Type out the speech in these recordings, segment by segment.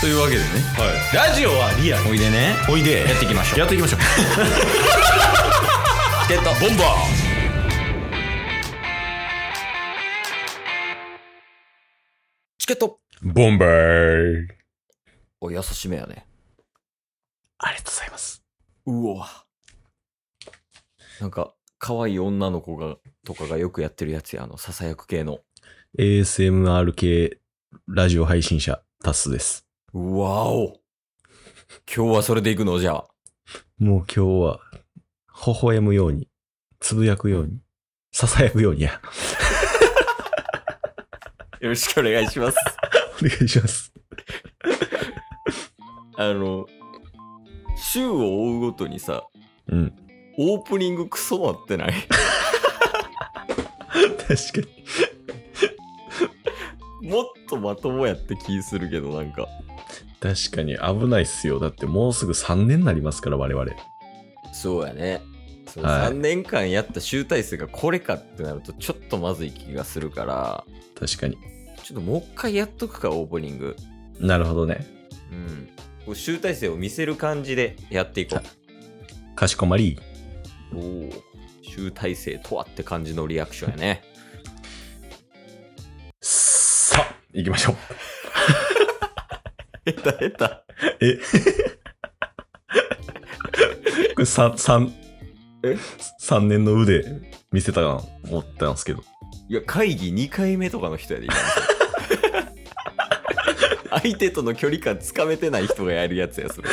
というわけでねラジオはリアルおいでねおいでやっていきましょうやっていきましょう チケットボンバーチケットボンバーお優しめやねありがとうございますうわなんか可愛い女の子がとかがよくやってるやつやあのささやく系の ASMR 系ラジオ配信者タスですうわお今日はそれでいくのじゃあもう今日は微笑むようにつぶやくようにささやくように やよろしくお願いしますお願いしますあの週を追うごとにさうんオープニングクソなってない 確かにもっとまともやって気するけどなんか確かに危ないっすよだってもうすぐ3年になりますから我々そうやね。そのはい3年間やった集大成がこれかってなるとちょっとまずい気がするから、確かにちょっともう一回やっとくか、オープニング。なるほどねうん。こう集大成を見せる感じでやっていこかしこまり う。おお。集大成とはって感じのリアクションや ね。さあ行きましょうえたえた。えこれ三三え三年の腕見せたかな思ったんですけどいや、会議2回目とかの人やで、今 相手との距離感つかめてない人がやるやつや、そ れ。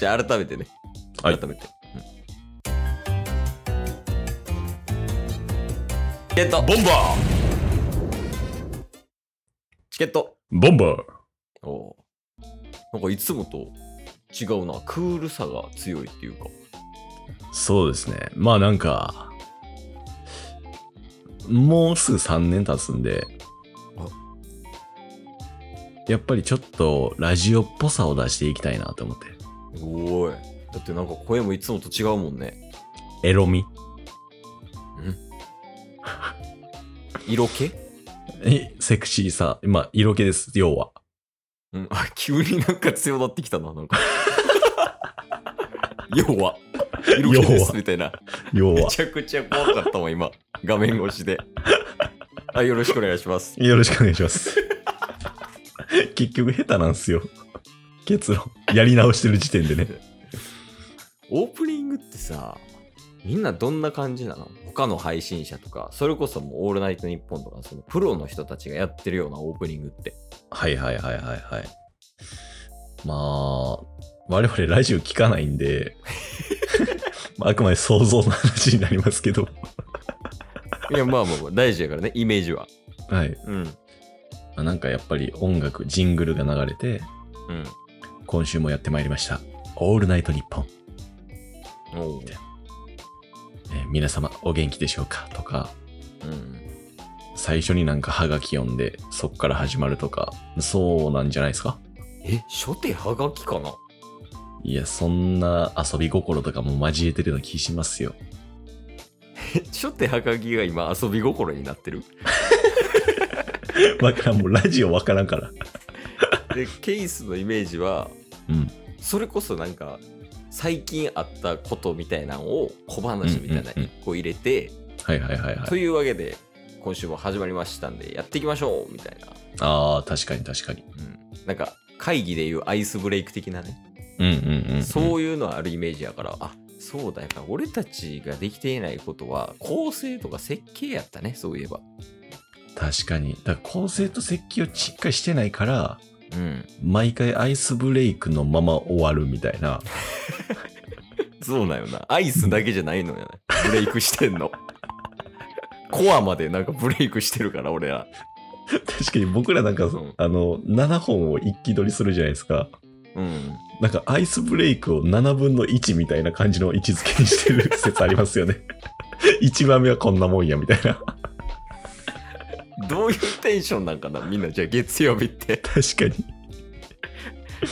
じゃあ、改めてね。はい改めて。チケットボンバーチケットボンバーおうなんかいつもと違うな。クールさが強いっていうか。そうですねまあなんかもうすぐ3年経つんであやっぱりちょっとラジオっぽさを出していきたいなと思ってすごい。だってなんか声もいつもと違うもんね。エロみ色気えセクシーさまあ色気です要はうん、あ急になんか強なってきたな、なんか。 要は、色気で要すはみたいな。要めはちゃくちゃ怖かったもん、今。画面越しで。あ、よろしくお願いします。 よろしくお願いし ます。結局下手なんすよ。結論。やり直してる時点でね。オープニングってさ、みんなどんな感じなの他の配信者とか、それこそもうオールナイトニッポンとか、そのプロの人たちがやってるようなオープニングって。はいはいはいはいはい。まあ、我々ラジオ聞かないんで、まああくまで想像の話になりますけど。いや、まあまあまあ、大事やからね、イメージは。はい。うん。まあなんかやっぱり音楽、ジングルが流れて、うん。今週もやってまいりました。オールナイトニッポン。おうえー皆様お元気でしょうかとか、うん。最初になんかハガキ読んで、そっから始まるとか、そうなんじゃないですかえ、初手はがきかない や、そんな遊び心とかも交えてるような気しますよ。 初手はがきが今遊び心になってるわからん、もうラジオわからんから。でケースのイメージはうん。それこそなんか最近あったことみたいなのを小話みたいなうんうんうん一個入れて、はいはいはいはとい。いうわけで今週も始まりましたんでやっていきましょうみたいな、ああ、確かに確かに。うん、なんか会議でいうアイスブレイク的なね、うんうんうん、うん。そういうのはあるイメージやからあそうだよな俺たちができていないことは構成とか設計やったねそういえば確かに。だから構成と設計をしっかりしてないから、うん毎回アイスブレイクのまま終わるみたいな。 そうなんよな。アイスだけじゃないのよね。ブレイクして んの。コアまでなんかブレイクしてるから、俺ら。確かに僕らなんか、うんあの、7本を一気取りするじゃないですか。うん。なんかアイスブレイクを7分の1みたいな感じの位置づけにしてる説ありますよね。1番目はこんなもんやみたいな。 どういうテンションなんかな、みんな。じゃあ月曜日って。 確かに。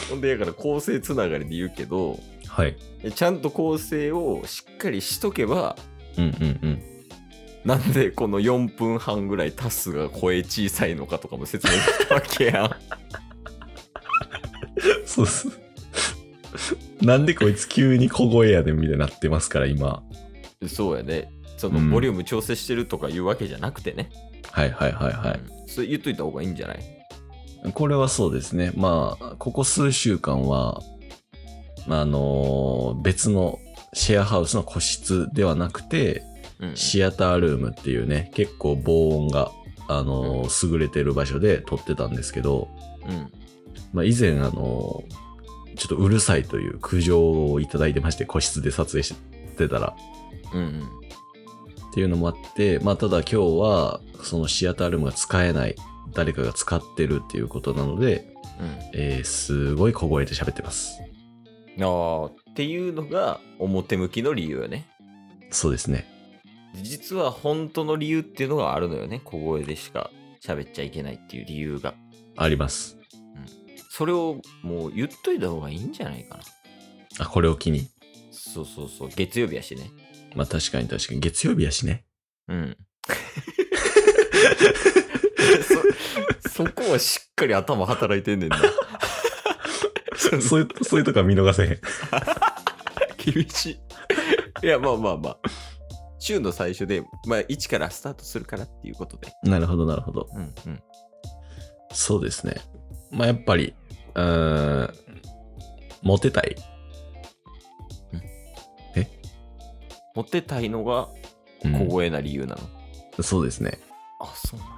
ほんで、だから構成つながりで言うけど、はい。ちゃんと構成をしっかりしとけば、うんうんうん。なんでこの4分半ぐらいタスが声小さいのかとかも説明したわけやん。そうっす。 なんでこいつ急に小声やでみたいになってますから、今。 そうやね。そうのんボリューム調整してるとかいうわけじゃなくてね。はいはいはいはうんそれ言っといた方がいいんじゃないい。これはそうですね。まあ、ここ数週間は、あのー別のシェアハウスの個室ではなくて、うん。シアタールームっていうね、結構防音が、あのー優れてる場所で撮ってたんですけど、うん。まあ、以前、あのーちょっとうるさいという苦情をいただいてまして、個室で撮影してたら、うんうん。っていうのもあって、まあ、ただ今日はそのシアタールームが使えない誰かが使ってるっていうことなので、えーすごい小声で喋ってますうん。ああ、っていうのが表向きの理由よね。そうですね実は本当の理由っていうのがあるのよね。小声でしか喋っちゃいけないっていう理由が。ありますそれをもう言っといた方がいいんじゃないかな。あこれを機にそうそうそう。月曜日やしね。まあ確かに確かに月曜日やしねうん。 そ、そこはしっかり頭働いてんねんな。 そういうそういうとこは見逃せへん厳しい。いや、まあまあまあ。週の最初で、まあ、1からスタートするからっていうことで。 なるほどなるほどうんうん。そうですねまあやっぱりうーんモテたいモテたいのがうん小声な理由なの。そうですねあ、そうなの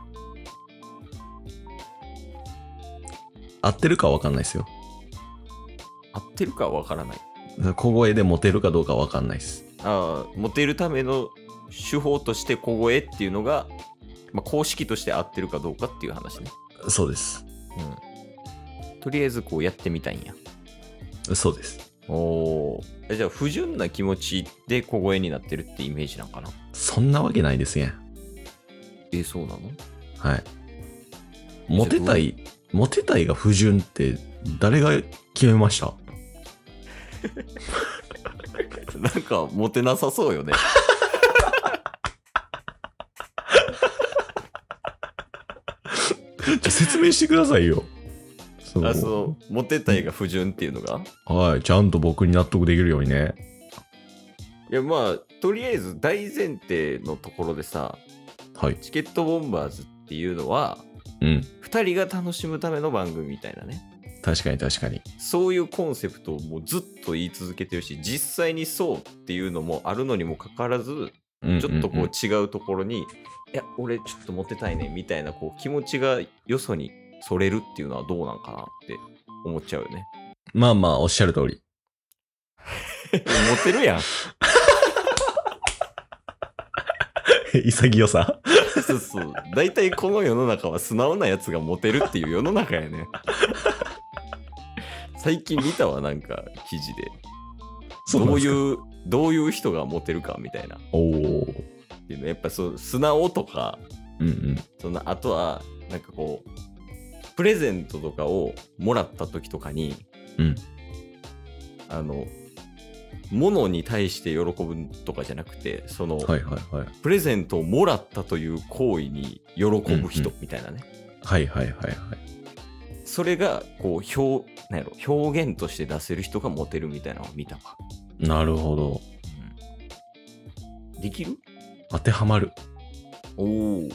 合ってるかは分かんないですよ合ってるかはわからない。小声でモテるかどうかは分かんないですああ、モテるための手法として小声っていうのが、まあ、公式として合ってるかどうかっていう話ね。そうですうん。とりあえずこうやってみたいんや。そうですおお。えじゃあ、不純な気持ちで小声になってるってイメージなんかなそんなわけないですやん。え、そうなのはい。モテたい、モテたいが不純って誰が決めました なんか、モテなさそうよね。じゃあ説明してくださいよ。そのあ、そう、モテたいが不純っていうのが。はい、ちゃんと僕に納得できるようにね。いや、まあ、とりあえず大前提のところでさ、はい。チケットボンバーズっていうのは、うん。 2人が楽しむための番組みたいなね。確かに確かに。そういうコンセプトをもうずっと言い続けてるし、実際にそうっていうのもあるのにもかかわらず、うんちょっとこんんう違うところに、いや、俺ちょっとモテたいねみたいなこう気持ちがよそにそれるっていうのはどうなんかなって思っちゃうよね。まあまあ、おっしゃる通り。 モテるやん。潔さ。そうそう。大体この世の中は素直なやつがモテるっていう世の中やね。最近見たわ、なんか記事で。どうう。いう、どういう人がモテるかみたいな。おおー。っていうのやっぱそう、素直とか、うんうん。そのあとは、なんかこう、プレゼントとかをもらった時とかに、うんあの、物に対して喜ぶとかじゃなくて、その、はいはいはい。プレゼントをもらったという行為に喜ぶ人みたいなね。はいはいはいはい。それがこう表なんやろ表現として出せる人がモテるみたいなのを見たわ、なるほど。できる当てはまる。おお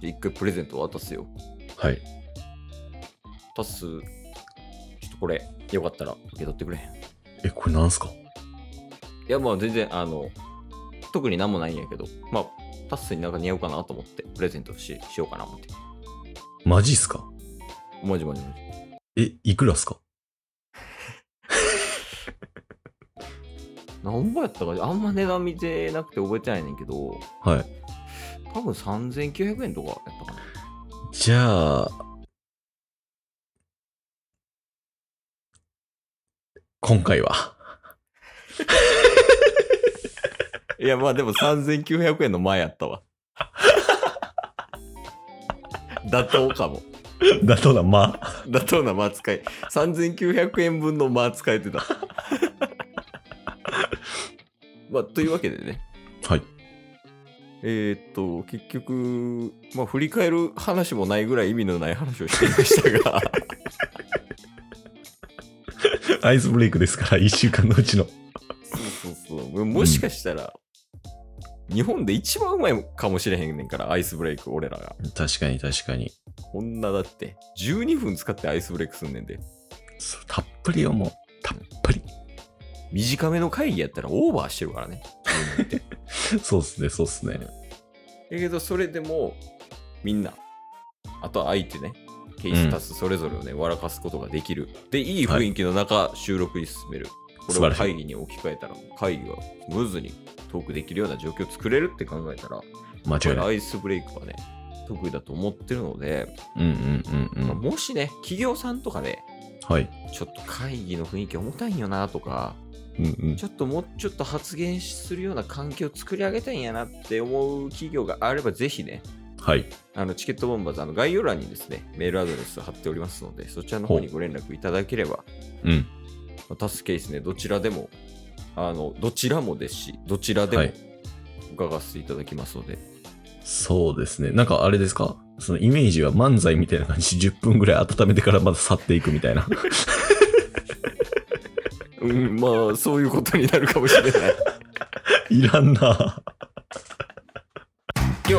一回プレゼント渡すよはい。渡すちょっとこれよかったら受け取ってくれへんいえ、これなんすかやまあ全然あの特になんもないんやけどまあタッスになんか似合うかなと思ってプレゼントししようかな思ってマジっすかマジマジマジえ、いくらっすか何ぼやったかあんま値段見てなくて覚えてないねんけどはい。多分3900円とかやったかなじゃあ、今回は。 いや、まあでも3900円の前やったわ。 妥当かも。だとだ、まあ。妥当な間使い。3900円分の間使えてた。 まあ、というわけでね、はい。えーっと、結局、まあ、振り返る話もないぐらい意味のない話をしていましたが、アイスブレイクですから、1週間のうちの。そうそうそう、 もしかしたら、日本で一番うまいかもしれへんねんから、アイスブレイク、俺らが。確かに確かに。こんなだって、12分使ってアイスブレイクすんねんで。そうたっぷりよ、もう。たっぷり。短めの会議やったらオーバーしてるからね。そうっすね、そうっすね。だけど、それでも、みんな、あとは相手ね、ケースタスそれぞれをね、笑かすことができる。で、いい雰囲気の中、収録に進める。こ素れを晴らしい会議に置き換えたら、会議がスムーズにトークできるような状況を作れるって考えたら、間違いない。アイスブレイクはね、得意だと思ってるので、うんうんうんうまあん。もしね、企業さんとかで、はい。ちょっと会議の雰囲気重たいんよなとか、うんうん。ちょっともうちょっと発言するような環境を作り上げたいんやなって思う企業があれば、ぜひね、はい。あのチケットボンバーズあの概要欄にですね、メールアドレス貼っておりますので、そちらの方にご連絡いただければ、うん。まあタスケースね、どちらでも、あの、どちらもですし、どちらでもはい伺わせていただきますので、そうですね。なんかあれですかそのイメージは漫才みたいな感じ、10分ぐらい温めてからまだ去っていくみた いな。うん、まあ、そういうことになるかもしれ ない。いらんな。今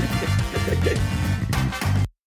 す